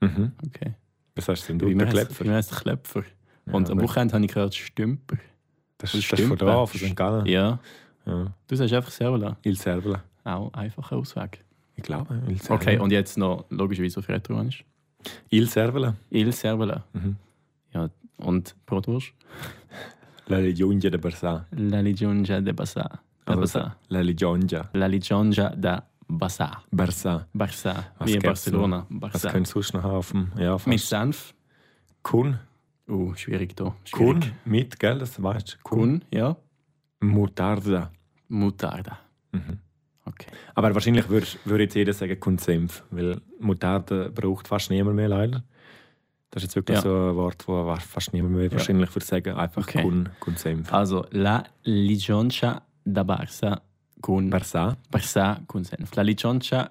Mhm. Okay. Was heißt denn du? Wie Der man heißt Klepfer? man heisst Klepfer. Ja, Und am aber Wochenende habe ich gehört Stümper. Das das ist das ist von stimmt, da, ja. von St. Gallen. Ja. Ja. Du sagst einfach selber. Il Serbler. Auch einfacher Ausweg. Ich glaube, Il Serbler. Okay, und jetzt noch logischerweise auf Retroanisch. Il Serbler. Il Servola. Mhm. Ja, und Brotwurst? La Legionja de Barça. La Ligionja de Bassa. Da Also, Bassa. La Legionja. La Ligionja da Bassa. Barça. Barça. Was Wie in gibt's Barcelona. Was Barça. könntest du sonst noch haben? auf dem- Ja, Mit fast. Senf. Kun. Uh, schwierig da. Schwierig. Kun. Mit, gell? Das weißt du. Kun. Kun, ja. Mutarda. Mutarda. Mhm. Okay. Aber wahrscheinlich würde würd jetzt jeder sagen Kun Senf, weil Mutarde braucht fast niemand mehr leider. Das ist jetzt wirklich Ja. so ein Wort, wo wa- fast niemand mehr wahrscheinlich würde sagen, einfach Okay. Kun, Kun Senf. Also, La Ligionja da Barça con Barça. Barça con Senf. La Ligionja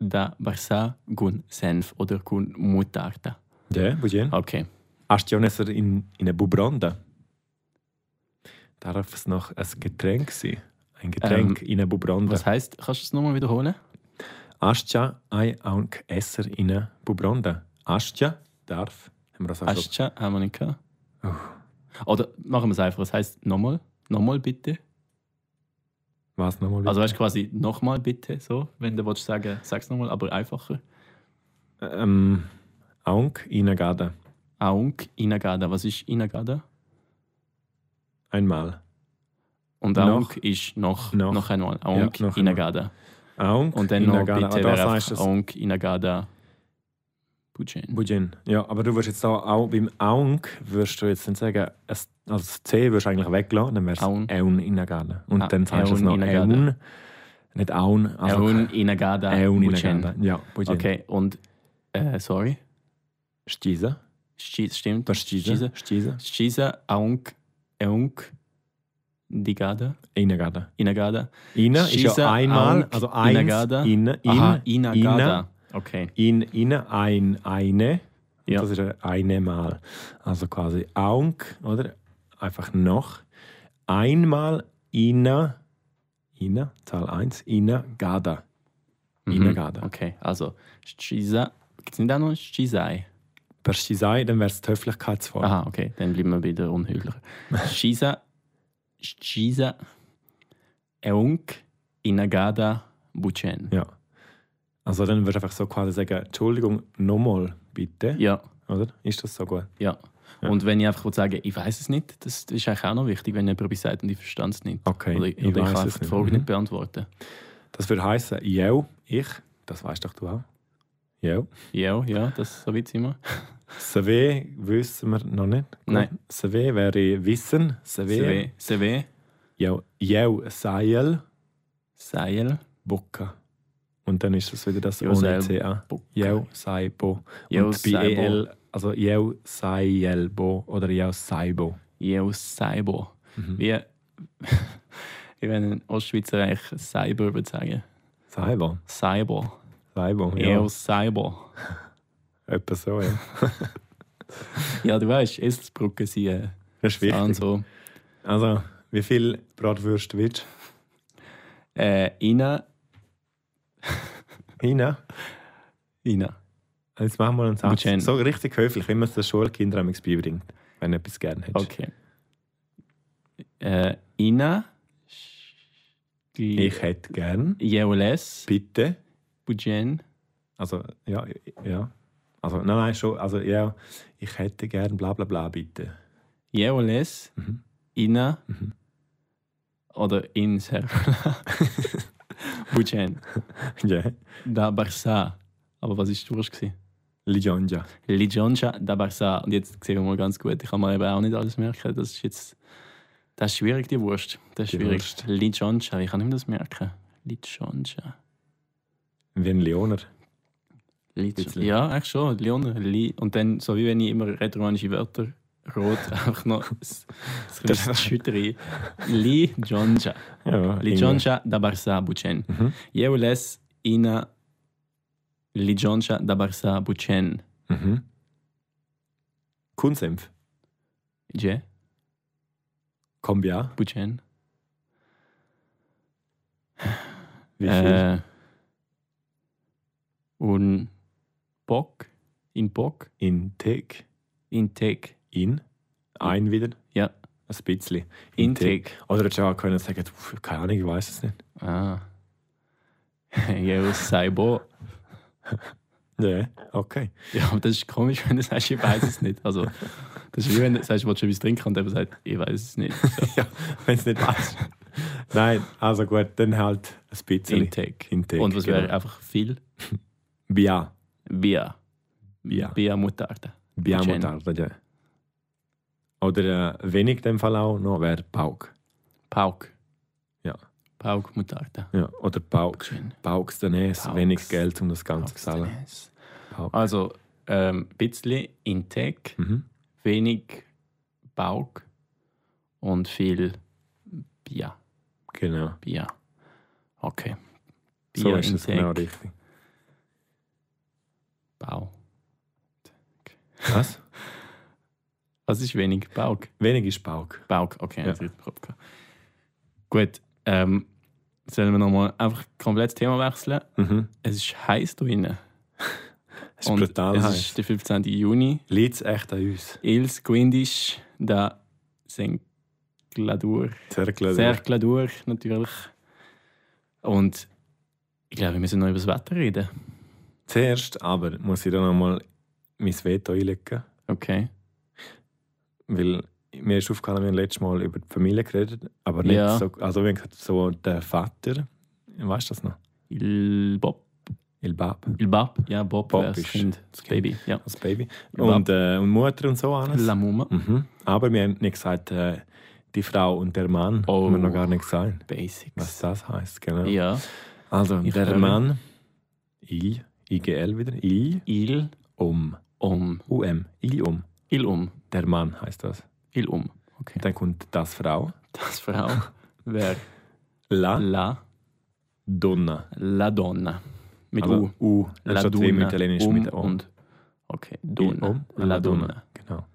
da Barça con Senf oder con Mutarda. Ja, Budjen. Okay. Astionesser in, in einer Bubronda. Darf es noch ein Getränk sein? Ein Getränk Ähm, in einer Bubronda. Was heißt, kannst du es nochmal wiederholen? Astia ein Aunk Esser in einer Bubronda. Astia darf. Haben wir das auch schon? Ascha, haben wir nicht gehabt. Oder machen wir es einfach. Es heißt nochmal, nochmal bitte. Was nochmal? Also weißt du quasi nochmal bitte, so, wenn du willst sagen, sag's nochmal, aber einfacher. ähm, Aunk Inagada. Aung Inagada. Was ist Inagada? Einmal. Und Noch. Aung ist noch, Noch. noch. einmal. Aung noch einmal. Inagada. Aunk Und dann noch Inagada. bitte ah, wäre da einfach sagst du es. Aung Inagada Bujin. Bujin. Ja, aber du wirst jetzt auch, auch beim Aunk würdest du jetzt nicht sagen, es, also das C würdest du eigentlich weglassen, dann wär's Aun. Aun Inagada. Und Ah, dann sagst du es Aun noch Inagada. Aun. Nicht Aun, also Aung Inagada Aun Inagada. Bujin. Ja, Bujin. Okay, und äh, sorry, Stisa. Schi- stimmt. Was ist Stisa? Stisa. Shisa Aung Aung Digada Inagada. Inagada. Ina ist Shisa, ja einmal, Aung, also eins, Inagada. in, in, Aha, Ina, Inagada. Okay. in, in, ein, eine. Ja. Das ist ein eine Mal. Also quasi Aunk, oder? Einfach noch. Einmal Ina, Ina, Zahl 1, Ina, Gada. Mhm. Inagada. Mhm. Okay, also Shisa. Gibt es nicht auch noch Shisai? Per Shizai, dann wäre es die Höflichkeitsform. Aha, okay, dann bleiben wir bei [LAUGHS] der Unhöflichen. Shisa Shisa Aung Inagada Buchen. Ja. Also dann würdest du einfach so quasi sagen, Entschuldigung, nochmal bitte. Ja. Oder? Ist das so gut? Ja. Ja. Und wenn ich einfach sagen will, ich weiß es nicht, das ist eigentlich auch noch wichtig, wenn jemand etwas sagt und ich verstehe es nicht. Okay, Oder, ich Also ich, oder ich weiss kann es einfach die nicht. Frage Mhm. nicht beantworten. Das würde heißen, yo, ich, das weißt doch du auch. Yo. Ja, ja, das so weit sind wir. Savé wissen wir noch nicht. Gut. Nein. Savé wäre Wissen. Savé. Sewe, Sewe, Yo, yo, Seil, Seil, Bocca. Und dann ist das wieder das Yo, ohne Seil, CA. Bocca. Yo, Saibo. Yo, Und bei Saibo. EL, also Yo, Saielbo oder Yo, Saibo. Jeo, Saibo. Mhm. Wie, [LAUGHS] ich werde in Ostschweizerreich Cyber bezeichnen. Saibo. Cyber. Saibo, ja. Jeo, Cyber. Etwa so, ja. Ja, du weißt, Esselsbrücken sind äh, Das ist und wichtig. so. Also, wie viel Bratwürste willst Äh, Ina, du? Ina? Ina. Jetzt machen wir einen Satz. Gutschein. So richtig höflich, wie man es den Schulkindern manchmal beibringt, wenn du etwas gerne hättest. Okay. Äh, Ina, Ich hätte gern, Jeoles, bitte. Bujen, Also, ja, ja. Also, nein, nein, schon. Also, ja, ich hätte gern, bla, bla, bla, bitte. Jeoles, Mhm. [LAUGHS] Ina Mhm. oder Inser. [LAUGHS] Bujen, Ja. da Barça. Aber was ist durch? Lijonja. Lijonja da Barça. Und jetzt sehen wir mal ganz gut. Ich kann mir eben auch nicht alles merken. Das ist jetzt. Das ist schwierig, die Wurst. Das ist Die schwierig. Wurst. Lijonja, wie kann ich mir das merken? Lijonja. Wie ein Leoner. Bisschen. Bisschen. Ja, eigentlich schon. Leon, Li. Und dann, so wie wenn ich immer rätoromanische Wörter rot, [LAUGHS] einfach noch das, das, das Schütteri. Li Jonja. Ja, Li Jonja da Barça Buchen. Mhm. Jeules ina Li Jonja da Barça Buchen. Mhm. Kunsenf. Je? Kombia. Buchen? Wie viel? Äh, und Bock? In Bock? In Teg. In Teg. In. Ein wieder. Ja. Ein bisschen. In Teg. Oder hättest du auch können sagen, "Pff, keine Ahnung, ich weiß es nicht. Ah. [LAUGHS] Jeus Saibo. Ja, okay. [LAUGHS] Ja, aber das ist komisch, wenn du sagst, ich weiß es nicht. Also, das ist wie wenn du sagst, willst du etwas trinken und der sagt, ich weiß [LAUGHS] es nicht. ja, wenn es nicht passt. Nein, also gut, dann halt ein bisschen. Intake. Intake, Und was wäre genau. einfach viel? Bia. Bier. Bier. Bier Mutarde. Bia Gin. Mutarde, ja. Oder äh, wenig in dem Fall auch noch wäre Pauk. Pauk. Ja. Pauk Mutarde. Ja, oder Pauk. Schön. Pauks Danes, Pauks. wenig Geld, um das Ganze Pauk zu zahlen. Stenes. Pauk. Also, ähm, ein bisschen Intake, Mhm. wenig Pauk und viel Bier. Genau. Bier. Okay. Bier So ist es Intake, genau richtig. genau. Bau. Was? Was ist wenig Pauk? wenig ist Pauk. Bauk, okay, Ja. Ah, jetzt richtig Kopf gehabt. Gut, ähm, sollen wir nochmal einfach komplett das Thema wechseln? Mhm. Es ist heiß da drinnen. Es ist brutal es heiß. ist der 15. Juni. Liegt es echt an uns? Ils Guindisch, da Sengladur. Sehr klar. Serkladur natürlich. Und ich glaube, wir müssen noch über das Wetter reden. Zuerst aber muss ich da nochmal mein Veto einlegen, Okay. weil mir ist aufgefallen, wir haben letztes Mal über die Familie geredet, aber nicht Ja. so, also wir haben gesagt, so der Vater, weißt du das noch? Il Bob. Il Bab, Il Bab. Ja, Bob, Bob wär's ist Kind. Das das Baby. Ja. das Baby. Il Bab. Und, äh, und Mutter und so alles. La Muma. Mhm. Aber wir haben nicht gesagt, äh, die Frau und der Mann. Oh. Haben wir noch gar nicht gesagt, Basics. was das heißt. Genau. Ja. Also, Ich der höre. Mann, Il, IGL wieder, Il, Il um, Um. UM, Il um. Il Um. Der Mann heißt das. Il Um. Okay. Dann kommt das Frau, Das Frau wäre La La, Donna. la Donna. Mit Also U. U, La anstatt wie im Italienisch um mit O. und. Okay, Il Donna. um, La Donna. Genau.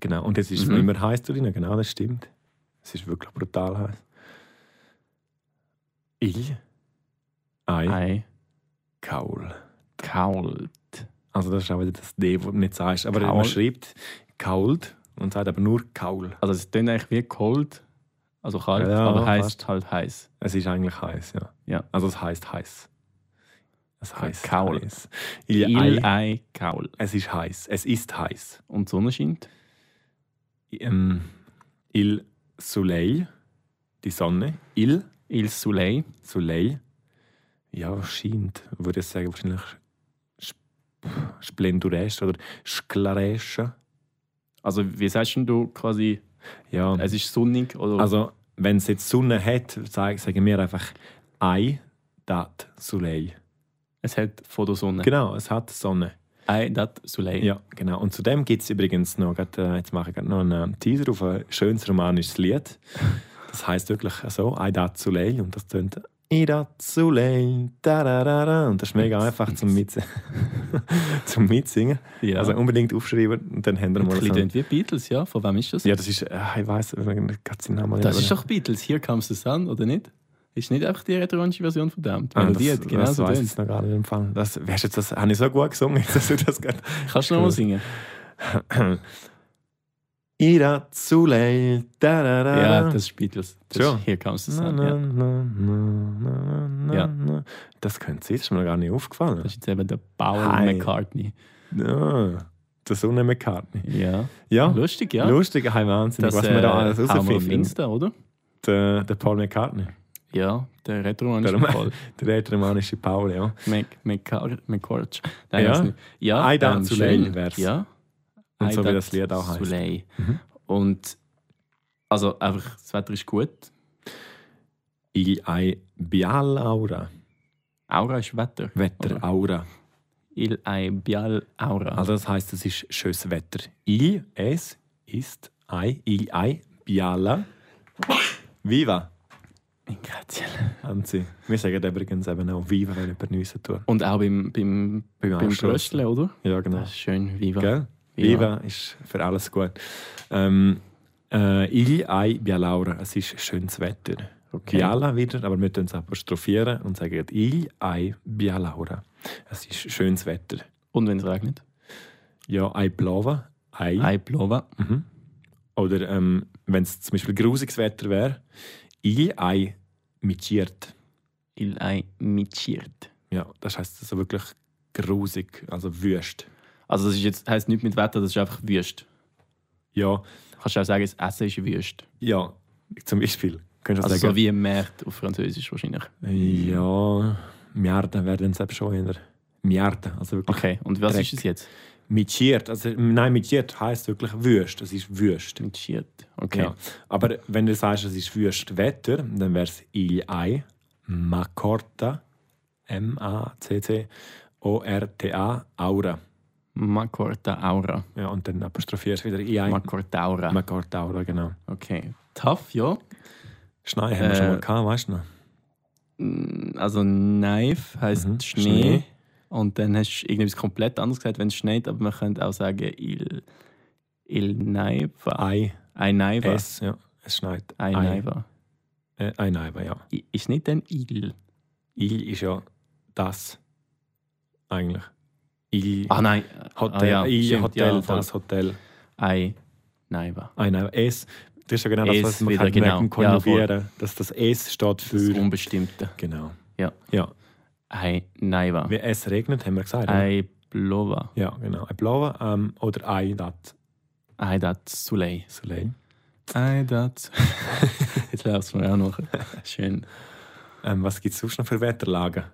genau. Und jetzt ist es Mhm. immer heiß drin, genau, das stimmt. Es ist wirklich brutal heiß. Il, Ei, Ei. Kaul. Kault. Also das ist auch wieder das D, das du nicht sagst. Aber Kaul. man schreibt Kault und sagt aber nur Kaul. Also es klingt eigentlich wie cold, also kalt, Ja, aber fast. heißt halt heiß. Es ist eigentlich heiß, ja. Ja. Also es heißt heiß. Es heißt Kaul. Heiß. Il, Il Ei. Ei Kaul. Es ist heiß. Es ist heiß. Und die Sonne scheint. Ähm, Il Soleil, die Sonne. Il Il Soleil. Soleil, ja, scheint, würde ich sagen, wahrscheinlich sp- splendoresch oder sklaresch. Also wie sagst denn du quasi, Ja. es ist sonnig oder Also, wenn es jetzt Sonne hat, sag- sagen wir einfach Ei dat Soleil. es hat vor der Sonne. Genau, es hat Sonne. Ei dat Soleil. Ja, genau. Und zudem gibt es übrigens noch, grad, äh, jetzt mache ich grad noch einen äh, Teaser auf ein schönes romanisches Lied. Das heißt wirklich so, Ei dat Soleil. Und das tönt Ei dat Soleil, tararara. Und das ist mega einfach zum, Mitsingen. [LAUGHS] zum Mitsingen. Ja. Also unbedingt aufschreiben und dann haben wir Und mal ein bisschen so. tönt wie Beatles, ja? Von wem ist das? Ja, das ist, äh, ich weiß, ich kann den Namen nicht, das aber- ist doch Beatles, hier kam es an, oder nicht? Ist nicht einfach die elektronische Version von dem. Die Ah, Melodie das, hat genau das so weiß ich tönt. jetzt noch gar nicht im Fall. Das, weißt du, jetzt, das habe ich so gut gesungen, [LAUGHS] dass du das gerade. Kannst du noch mal Cool. singen? Ira Zulei, tarara. Ja, das ist Beatles. Das Schon. ist, hier kam es Na, an. na, Ja. na, na, na, na, Ja. na. Das könnte sein, das ist mir noch gar nicht aufgefallen. Das ist jetzt eben der Paul Hi. McCartney. Ja, der Sonne McCartney. Ja. Ja, Lustig, ja. lustig, hey, Wahnsinn, das, äh, was wir da alles haben wir auf rausfinden. Insta, oder? Der, der Paul McCartney, Ja, der Retroman ist Der- voll. der rätoromanische Paul, ja. Mac- Mac- McCorch. Nein, Ja. ja. Nicht. ja Ei dat ähm, Soleil schön. wär's. Ja. Und Ei so wie dat das Lied auch heisst. Soleil. Mhm. Und also einfach, das Wetter ist gut. Il ei Bialaura, Aura ist Wetter. Wetteraura. Il ei bial aura. Also das heißt, es ist schönes Wetter. Il, es, ist, ei, il, ei, biala, viva. Grazie. Anzi. Wir sagen übrigens eben auch viva, wenn jemand nüssen tut. Und auch beim, beim, Beim beim Anstossen. Brösteln, oder? Ja, genau. Das ist schön, viva. Gell? Viva ist für alles gut. Ähm, äh, il, ei, bialaura. Es ist schönes Wetter. Okay. Biala wieder, aber wir tun es apostrophieren und sagen il, ei, bialaura. Es ist schönes Wetter. Und wenn es regnet? Ja, ei plova, ei. Ei plova. Mhm. Oder ähm, wenn es zum Beispiel grusiges Wetter wäre, il ei mitiert. Il ei mitiert. Ja, das heißt so wirklich grusig, also wüst. Also das ist jetzt, heisst nicht mit Wetter, das ist einfach wüst. Ja, Kannst du auch sagen, das Essen ist wüst. ja, zum Beispiel. Könntest du Also so sagen, wie ein März auf Französisch wahrscheinlich. ja, Miarden werden es eben schon eher. Miarden, also wirklich. Okay, und was Dreck. ist es jetzt? Mitiert, also nein, mitiert heisst wirklich wüst, es ist wüst. Mit Schiert. Okay. Ja. Aber wenn du sagst, es ist wüst Wetter, dann wäre es il ei macorta M A C C O R T A aura. Macorta Aura. Ja, und dann apostrophierst du wieder i ei Macorta Aura. macorta aura, genau. okay. Tough, ja. Schnee haben wir schon Äh, mal gehabt, weißt du noch? Also Knife heißt Mhm. Schnee. Schnee. Und dann hast du irgendwas komplett anderes gesagt, wenn es schneit, aber man könnte auch sagen, il, il Neiva. Ei, Ein Neiva. Ah, es, Ah, ja, es schneit. Ein Neiva. Äh, Ei, Neibe, ja. I- Ist nicht ein Il. Il ist ja das, eigentlich. Il, Ah nein. Hotel, ah, ja, il stimmt, Hotel, ja, voll. das Hotel. Ein Neiva. Ein Neibe. Es, Das ist ja genau das, Es was man wieder kann genau. merken, Ja, voll. konjugieren. dass das Es steht Das für... Unbestimmte. genau. Ja. Ja. Ei Naiva. Wie es regnet, haben wir gesagt. oder? Ei Plova. Ja, genau. Ein blauer ähm, oder ein dat Ei Dat Soleil. Soleil. Ei [LAUGHS] Dat. Jetzt läuft es mir auch noch. Schön. Ähm, was gibt es sonst noch für Wetterlagen?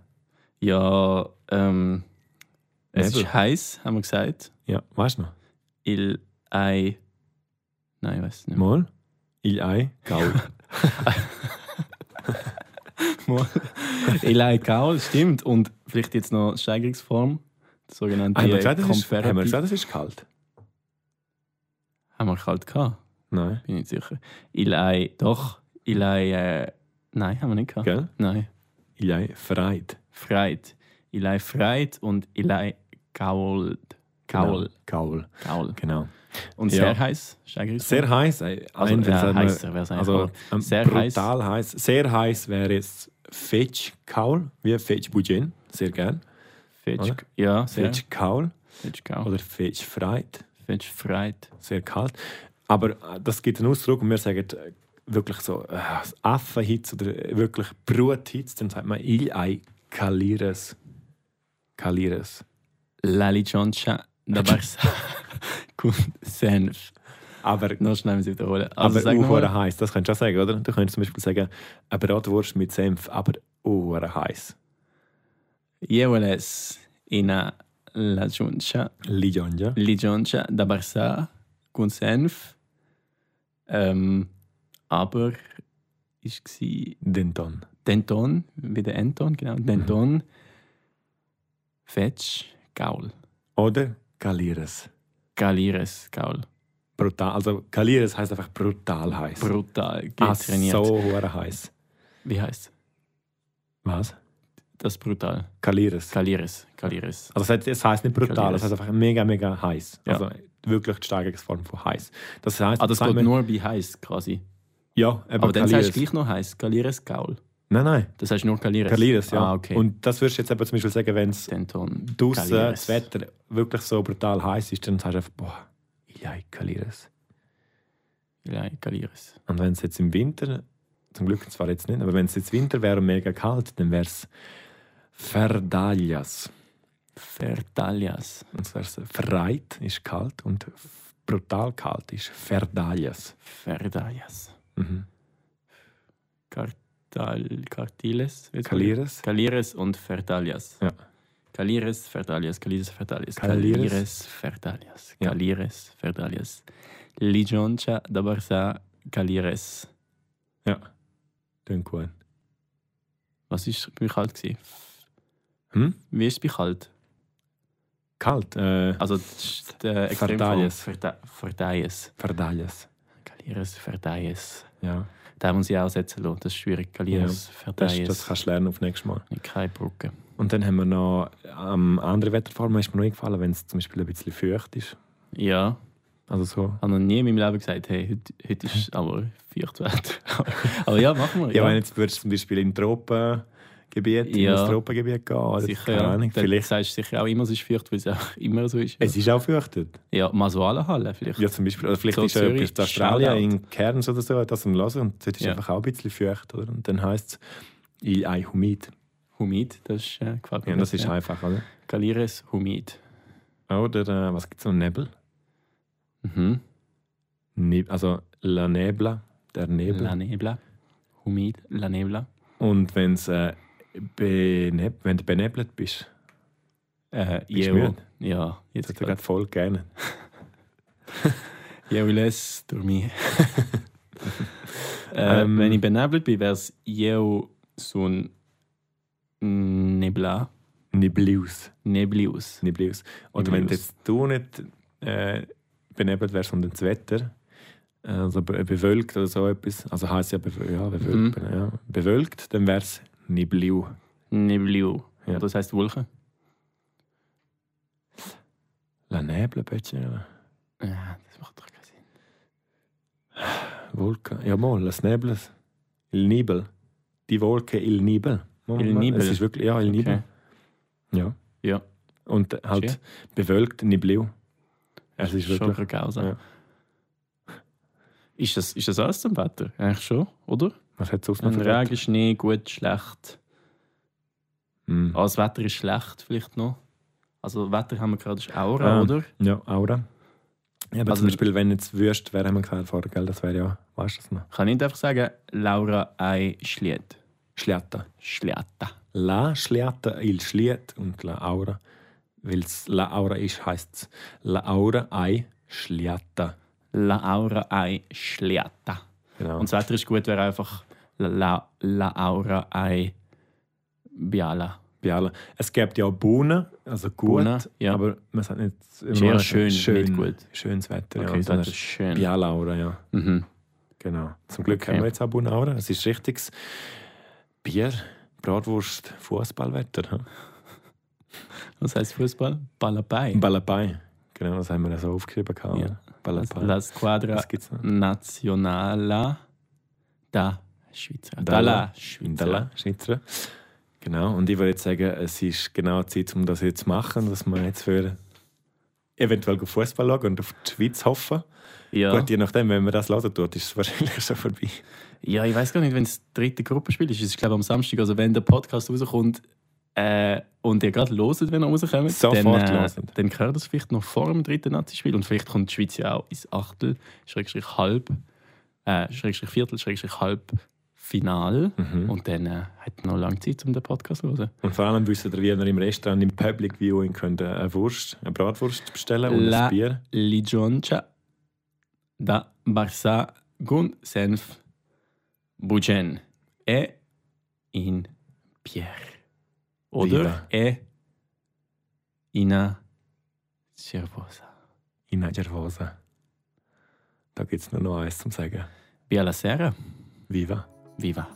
Ja, ähm, es Nebel. ist heiß, haben wir gesagt. Ja, weißt du noch? Il Ei. Nein, ich weiß nicht. mehr. Mal, il ei, gaul. Il Ei Kaul, stimmt. Und vielleicht jetzt noch Steigerungsform. [LAUGHS] Die sogenannte haben, wir gesagt, das ist, Comparative- haben wir gesagt, das ist kalt? Haben wir kalt gehabt? Nein. Bin nicht sicher. Il Ei. Doch. Il Ei. Äh, nein, haben wir nicht gehabt. Gell? Nein. Il ei, freit. Freit. Il Ei Freit und Il Ei Kaul. Kaul. Genau. Gaul, Kaul. genau. Und Ja. sehr heiß. Steigerungsform. Sehr heiß. äh, Also, eigentlich ja, sagen wir- heißer wäre es eigentlich. Also, ähm, Sehr brutal heiß. Sehr heiß wäre es Fetch Kaul, wie Fetch Bujin, sehr gern. Fetch, Oder? ja, sehr. Fetch Kaul Fetch Kaul. oder Fetch Freit, Fetch Freit. sehr kalt. Aber äh, das gibt einen Ausdruck und wir sagen äh, wirklich so äh, Affenhitze oder äh, wirklich Bruthitze, dann sagt man Il ei Kalires. Kalires. Lali Choncha. Da Barsa. [LAUGHS] Kommt Senf. Aber Noch schnell müssen wir wiederholen. Also, aber sag uhuere nochmal. heiß, das könntest du auch sagen, oder? Du könntest zum Beispiel sagen, eine Bratwurst mit Senf, aber uhuere heiß. Jeweles ina la Choncha. Lijonja. Lijoncha. Da Barsa. Kommt Senf. Ähm, aber ich war Denton. Denton, wie der Anton, genau. Denton. Fetch. Gaul. Oder Kalires. Galires. Gaul. Brutal. Also Kalires heißt einfach brutal heiß. Brutal. Ah, Getrainiert. so hure heiß. Wie heißt Was? das? Brutal. Kalires. Kalires. Kalires. Also es heißt- es heißt nicht brutal, Kalires. es heißt einfach mega, mega heiß. Ja. Also wirklich die Steigerungsform von heiß. Das heißt, Ah, das sagt geht man- nur bei heiß quasi. ja, Aber dann Kalires. sagst du gleich noch heiß. Kalires Gaul. Nein, nein. Das heißt nur Kalires. Kalires, ja. Ah, okay. Und das würdest du jetzt eben zum Beispiel sagen, wenn es den Ton. draußen Kalires. das Wetter wirklich so brutal heiß ist, dann sagst du einfach, boah, ja, Kalires. Ja, Kalires. Und wenn es jetzt im Winter, zum Glück zwar jetzt nicht, aber wenn es jetzt Winter wäre und mega kalt, dann wäre es Verdalias. Fertalias. Und zwar ist Freit ist kalt und f- brutal kalt ist Verdalias. Ferdalias. Mhm. Kartal, Kartiles. Jetzt- Kalires. Kalires und Fertalias. Ja. Kalires, Ferdalias, Kalires, Ferdalias. Kalires. Kalires, Ferdalias. Ja. Kalires, Ferdalias. Lijoncha da Barsa, Kalires. Ja. Klingt gut. Was ist bei kalt gewesen? Hm? Wie ist es bei kalt? Kalt. Äh, Also das- der Verdalias. Verdaies. Verdalias. Kalires Verdaies. Ja. Da muss ich auch setzen lassen. Das ist schwierig. Das, Kalires Verdaies. das kannst du lernen auf nächstes Mal. Nicht Keine Brücke. Und dann haben wir noch ähm, andere Wetterformen, ist mir noch eingefallen, wenn es zum Beispiel ein bisschen feucht ist. Ja, Also so. habe noch nie in meinem Leben gesagt, hey, heute, [LAUGHS] heute ist aber Feuchtwert. [LAUGHS] aber ja, machen wir. Ja, wenn jetzt würdest du zum Beispiel in Tropengebiet, Ja. in das Tropengebiet gehen, oder sicher. keine Ja. Ahnung, Vielleicht vielleicht. sagst du sicher auch immer, es ist Feucht, weil es auch [LAUGHS] immer so ist. Es ist auch feuchtet. Ja, Masualenhalle vielleicht. Ja, zum Beispiel. Oder vielleicht So ist ja Zürich, etwas in Australien Shoutout. in Cairns oder so das am Lassen und dort ist Ja. einfach auch ein bisschen feucht. Oder? Und dann heisst es «Il ei humid». Humid, das ist, äh, gefällt mir. Ja, das gut, ist halt- einfach, oder? Kalires Humid. Oder äh, was gibt es noch? Nebel? Mhm. Ne also «la nebla», der Nebel. La Nebla. Humid, La Nebla. Und wenn's, äh, beneb wenn du benebelt bist, Äh, Bist du Jeo- müde? Ja, das jetzt hat er gerade voll gerne. Jeules dormir. [LAUGHS] äh, Ähm. wenn ich benebelt bin, wäre es Jeu so ein Nebla, Niblius. Neblius. Niblius. Oder wenn Niblius. jetzt du nicht äh, benebelt wärst, sondern das Wetter, äh, also be bewölkt oder so etwas, also heißt ja, bew ja, bewölkt, Mhm. ja, bewölkt, dann wär's Nibliu. Nebliu. Ja. Das heißt Wolke. La Nebel, ein bisschen. Ja, das macht doch keinen Sinn. Wolke. Ja, mal, las Nebles. Il Nibel. Die Wolke, il Nibel. Mal, Il mal, Nibel. Es ist wirklich, ja, il Nibel. Ja. Ja. Und halt Schön. bewölkt, Nibliu. Es ist Schon wirklich. grausam. Ja. Ist das, ist das alles zum Wetter? Eigentlich schon, oder? Was hat es sonst noch Ein für Wörter? Regen, Schnee, gut, schlecht. Mm. Ah, das Wetter ist schlecht vielleicht noch. Also Wetter haben wir gerade, ist Aura, Ah. oder? Ja, Aura. Ja, aber Also- zum Beispiel, wenn jetzt wüsst, wer haben wir gesagt vorher, gell? Das wäre ja, weißt du das noch? Kann ich nicht einfach sagen, Laura ei Schliet. Schliata. Schlieta. La Schliata il Schliet und La Aura. Weil es La Aura ist, heisst es La Aura ei Schliata. Laura ei Schlieta. Genau. Und das Wetter ist gut, wäre einfach La, La Aura ei Biala. Biala. Es gibt ja auch Bohnen, also gut, Bohnen, ja. aber man sagt nicht immer eher noch schön, nicht gut. Schönes Wetter, ja. Okay, Und das dann Wetter hast ist du schön. Bialaura, ja. Mhm. Genau. Zum Glück Okay. haben wir jetzt auch Bohnenaura. Es ist richtiges Bier, Bratwurst, Fußballwetter. hm? Was heißt Fußball? Ballabei. Balapai. Genau, das haben wir so aufgeschrieben. gehabt, Ja. oder? Balapai. Las Quadra Was gibt's noch? Nazionala da Schweizer. Dalla. Dalla Schweizer. Dalla, Schnitzer. Genau, und ich würde jetzt sagen, es ist genau die Zeit, um das jetzt zu machen, dass wir jetzt für eventuell Fußball schauen und auf die Schweiz hoffen. Ja. Gut, je nachdem, wenn man das laden tut, ist es [LAUGHS] wahrscheinlich schon vorbei. ja, ich weiß gar nicht, wenn es das dritte Gruppenspiel ist. Es ist, glaube ich, am Samstag. Also, wenn der Podcast rauskommt äh, und ihr gerade loset, wenn er rauskommt, Sofort dann, äh, hört. dann gehört das vielleicht noch vor dem dritten Nazi-Spiel. Und vielleicht kommt die Schweiz ja auch ins Achtel, Schrägstrich Halb, äh, Schrägstrich Viertel, Schrägstrich Halb Final. Und dann äh, hat man noch lange Zeit, um den Podcast zu hören. Und vor allem wissen wir, wie wir im Restaurant im Public Viewing könnt eine Wurst, eine Bratwurst bestellen und La- ein Bier. Ligioncia cioè, da Barça gun senf Bugen. E in Pierre. Oder Viva. E ina Cervosa. In einer Gervose. Da gibt es nur noch eins zum Sagen. Via la Serra. Viva! Viva.